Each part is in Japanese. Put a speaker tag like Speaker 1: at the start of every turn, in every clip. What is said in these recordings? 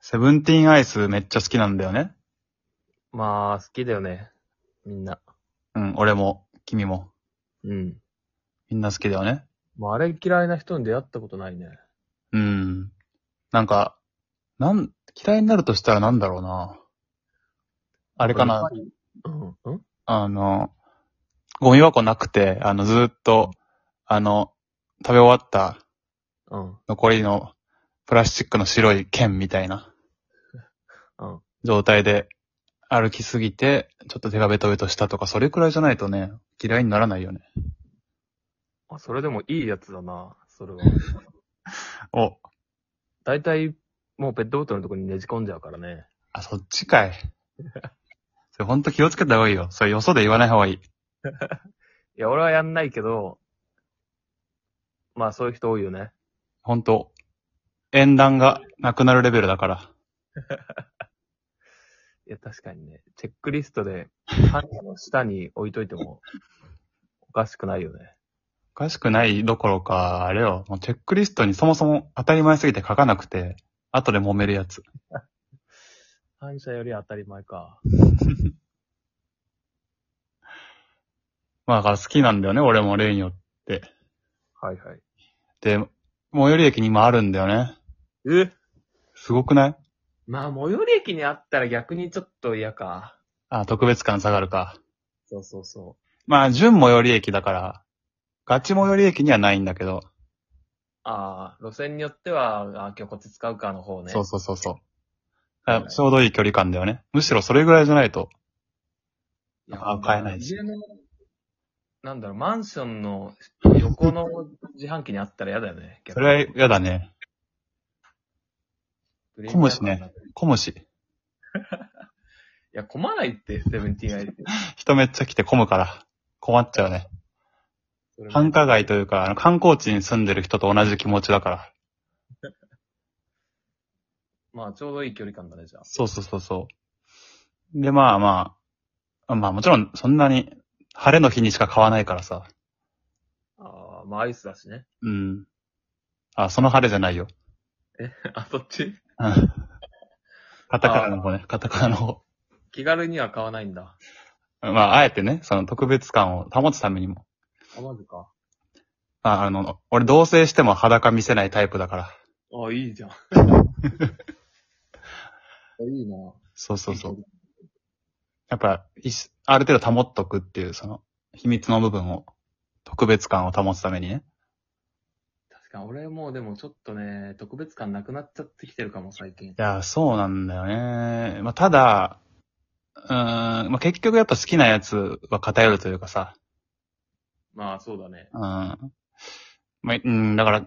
Speaker 1: セブンティーンアイスめっちゃ好きなんだよね。
Speaker 2: まあ、好きだよね。みんな。
Speaker 1: うん、俺も、君も。
Speaker 2: うん。
Speaker 1: みんな好きだよね。
Speaker 2: まあ、あれ嫌いな人に出会ったことないね。
Speaker 1: うん。なんか、なん、嫌いになるとしたらなんだろうな。あれか
Speaker 2: やっ
Speaker 1: な
Speaker 2: ぱ。りうん。うん
Speaker 1: あの、ゴミ箱なくて、あの、ずーっと、あの、食べ終わった
Speaker 2: うん。
Speaker 1: 残りのプラスチックの白い剣みたいな
Speaker 2: うん。
Speaker 1: 状態で歩きすぎて、ちょっと手がベトベトしたとか、それくらいじゃないとね、嫌いにならないよね。
Speaker 2: あ、それでもいいやつだな、それは。
Speaker 1: お、
Speaker 2: だいたい、もうペットボトルのとこにねじ込んじゃうからね。
Speaker 1: あ、そっちかい。 それほんと気をつけた方がいいよ。それよそで言わない方がいい。
Speaker 2: いや、俺はやんないけど、まあ、そういう人多いよね。
Speaker 1: ほんと、縁談がなくなるレベルだから。
Speaker 2: いや、確かにね。チェックリストで、パン屋の下に置いといても、おかしくないよね。
Speaker 1: おかしくないどころか、あれよ、もうチェックリストにそもそも当たり前すぎて書かなくて、後で揉めるやつ。
Speaker 2: 反射より当たり前か。
Speaker 1: まあだから好きなんだよね、俺も例によっ
Speaker 2: はいはい。
Speaker 1: て。最寄り駅に今あるんだよね。
Speaker 2: え
Speaker 1: すごくない
Speaker 2: まあ、最寄り駅にあったら逆にちょっと嫌か。
Speaker 1: あ、特別感下がるか。
Speaker 2: そうそうそ
Speaker 1: まあ、準最寄り駅だから、ガチ最寄り駅にはないんだけど、
Speaker 2: う。ああ、路線によっては、あー今日こっち使うかの方ね。
Speaker 1: そうそうそうそう。
Speaker 2: はい
Speaker 1: あちょうどいい距離感だよね。むしろそれぐらいじゃないと。
Speaker 2: いや
Speaker 1: あー買えないし
Speaker 2: 家の、なんだろう、マンションの横の自販機にあったら嫌だよね。
Speaker 1: それは嫌だね。
Speaker 2: は
Speaker 1: 混むしね。こむし。
Speaker 2: いや、混まないって、セブンティーンアイス。
Speaker 1: 人めっちゃ来て混むから、困っちゃうね。
Speaker 2: それも
Speaker 1: 繁華街というか、あの観光地に住んでる人と同じ気持ちだから。
Speaker 2: まあ、ちょうどいい距離感だね、じゃあ。
Speaker 1: そうそうそうそう。で、まあまあ、まあもちろんそんなに晴れの日にしか買わないからさ。
Speaker 2: ああ、まあ、アイスだしね。
Speaker 1: うん。あ、その晴れじゃ ないよ。
Speaker 2: あ、そっち
Speaker 1: うんカタカナの方ね、カタカナの方。
Speaker 2: 気軽には買わないんだ。
Speaker 1: まあ、あえてね、その特別感を保つためにも。
Speaker 2: あ、まずか。
Speaker 1: あ、あの、俺同棲しても裸見せないタイプだから。
Speaker 2: あ、い いじゃん。いいな。
Speaker 1: そうそうそう。。やっぱ、いしある程度保っとくっていう、その、秘密の部分を、特別感を保つためにね。
Speaker 2: 確かに、俺もうでもちょっとね、特別感なくなっちゃってきてるかも、最近。
Speaker 1: いや、そうなんだよね。まあ、ただ、うーん、まあ、結局やっぱ好きなやつは偏るというかさ、
Speaker 2: まあ、そうだね。
Speaker 1: うん。まあ、うん、だから、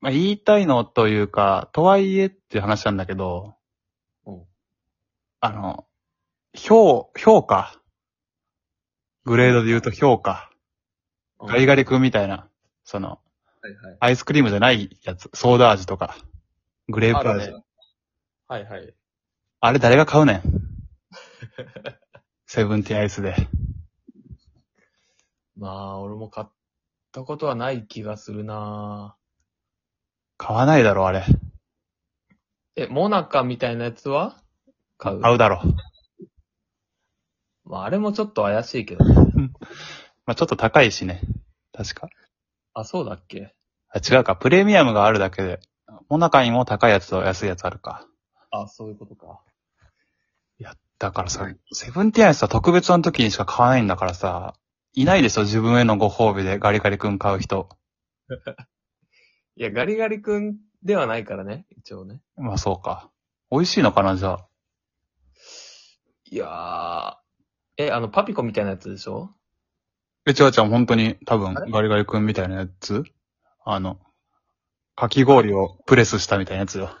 Speaker 1: まあ、言いたいのというか、とはいえっていう話なんだけど、
Speaker 2: うん。
Speaker 1: あの、評、評価。グレードで言うと評価。ガリ
Speaker 2: ガ
Speaker 1: ガリ君みたいな、その、
Speaker 2: リ。はいはい。
Speaker 1: アイスクリームじゃないやつ、ソーダ味とか、グレープ
Speaker 2: あ
Speaker 1: 味。
Speaker 2: るねはいはい。
Speaker 1: あれ誰が買うねん。 セブンティーンアイスで。
Speaker 2: まあ、俺も買ったことはない気がするな
Speaker 1: 買わないだろ、あれ。
Speaker 2: え、モナカみたいなやつは買う。
Speaker 1: 買うだろ。
Speaker 2: まあ、あれもちょっと怪しいけどね。
Speaker 1: まあ、ちょっと高いしね。確か。
Speaker 2: あ、そうだっけ
Speaker 1: あ、違うか。プレミアムがあるだけで。モナカにも高いやつと安いやつあるか。
Speaker 2: あ、そういうことか。
Speaker 1: だからさ、セブンティーンアイスは特別な時にしか買わないんだからさ、いないでしょ、自分へのご褒美でガリガリ君買う人。
Speaker 2: いや、ガリガリ君ではないからね、一応ね。
Speaker 1: まあそうか。美味しいのかな、じゃあ。
Speaker 2: いやー。え、あの、パピコみたいなやつでしょ
Speaker 1: え、ちわちゃん、本当に多分
Speaker 2: あれ
Speaker 1: ガリガリ君みたいなやつあの、かき氷をプレスしたみたいなやつよ。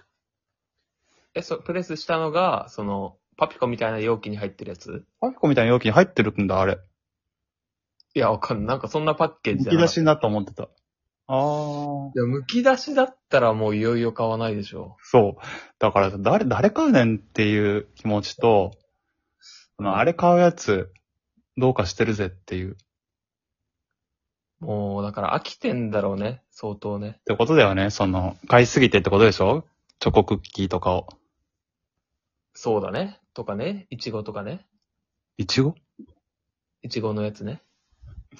Speaker 2: え、そう、プレスしたのが、その、パピコみたいな容器に入ってるやつ
Speaker 1: パピコみたいな容器に入ってるんだ、あれ。
Speaker 2: いや、わかんない。なんかそんなパッケー
Speaker 1: む
Speaker 2: ジじゃ
Speaker 1: き
Speaker 2: な
Speaker 1: 出
Speaker 2: い。
Speaker 1: しになった思ってた。あー。
Speaker 2: いや、むき出しだったらもういよいよ買わないでしょ。
Speaker 1: そう。だから、誰、誰買うねんっていう気持ちと、そのあれ買うやつ、どうかしてるぜっていう、っ
Speaker 2: もう、だから飽きてんだろうね。相当ね。
Speaker 1: てことだよね。その、買いすぎてってことでしょチョコクッキーとかを。
Speaker 2: そうだね。とかね。いちごとかね。
Speaker 1: いちご
Speaker 2: いちごのやつね。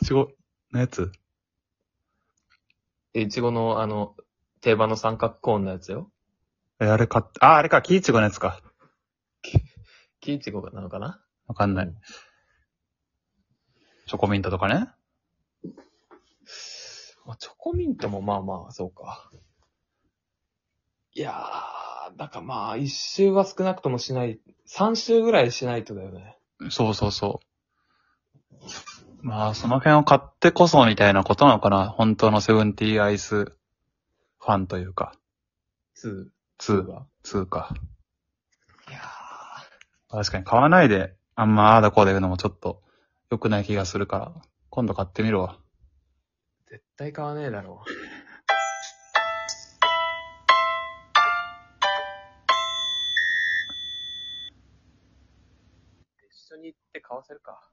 Speaker 1: いちごのやつ
Speaker 2: えいちごの、あの、定番の三角コーンのやつよ。
Speaker 1: え、あれか、あ、あれか、キイチゴのやつか。
Speaker 2: キイチゴなのかな
Speaker 1: わかんない。チョコミントとかね。
Speaker 2: まあ、チョコミントもまあまあ、そうか。いやー、だからまあ、一周は少なくともしない、三周ぐらいしないとだよね。
Speaker 1: そうそうそう。まあ、その辺を買ってこそみたいなことなのかな。本当のセブンティーンアイスファンというか、
Speaker 2: 2、2
Speaker 1: 2、
Speaker 2: が。
Speaker 1: 2か。
Speaker 2: いや
Speaker 1: 確かに買わないで、あんまああだこうだ言うのもちょっと良くない気がするから、今度買ってみるわ。
Speaker 2: ー、絶対買わねえだろう。一緒に行って買わせるか。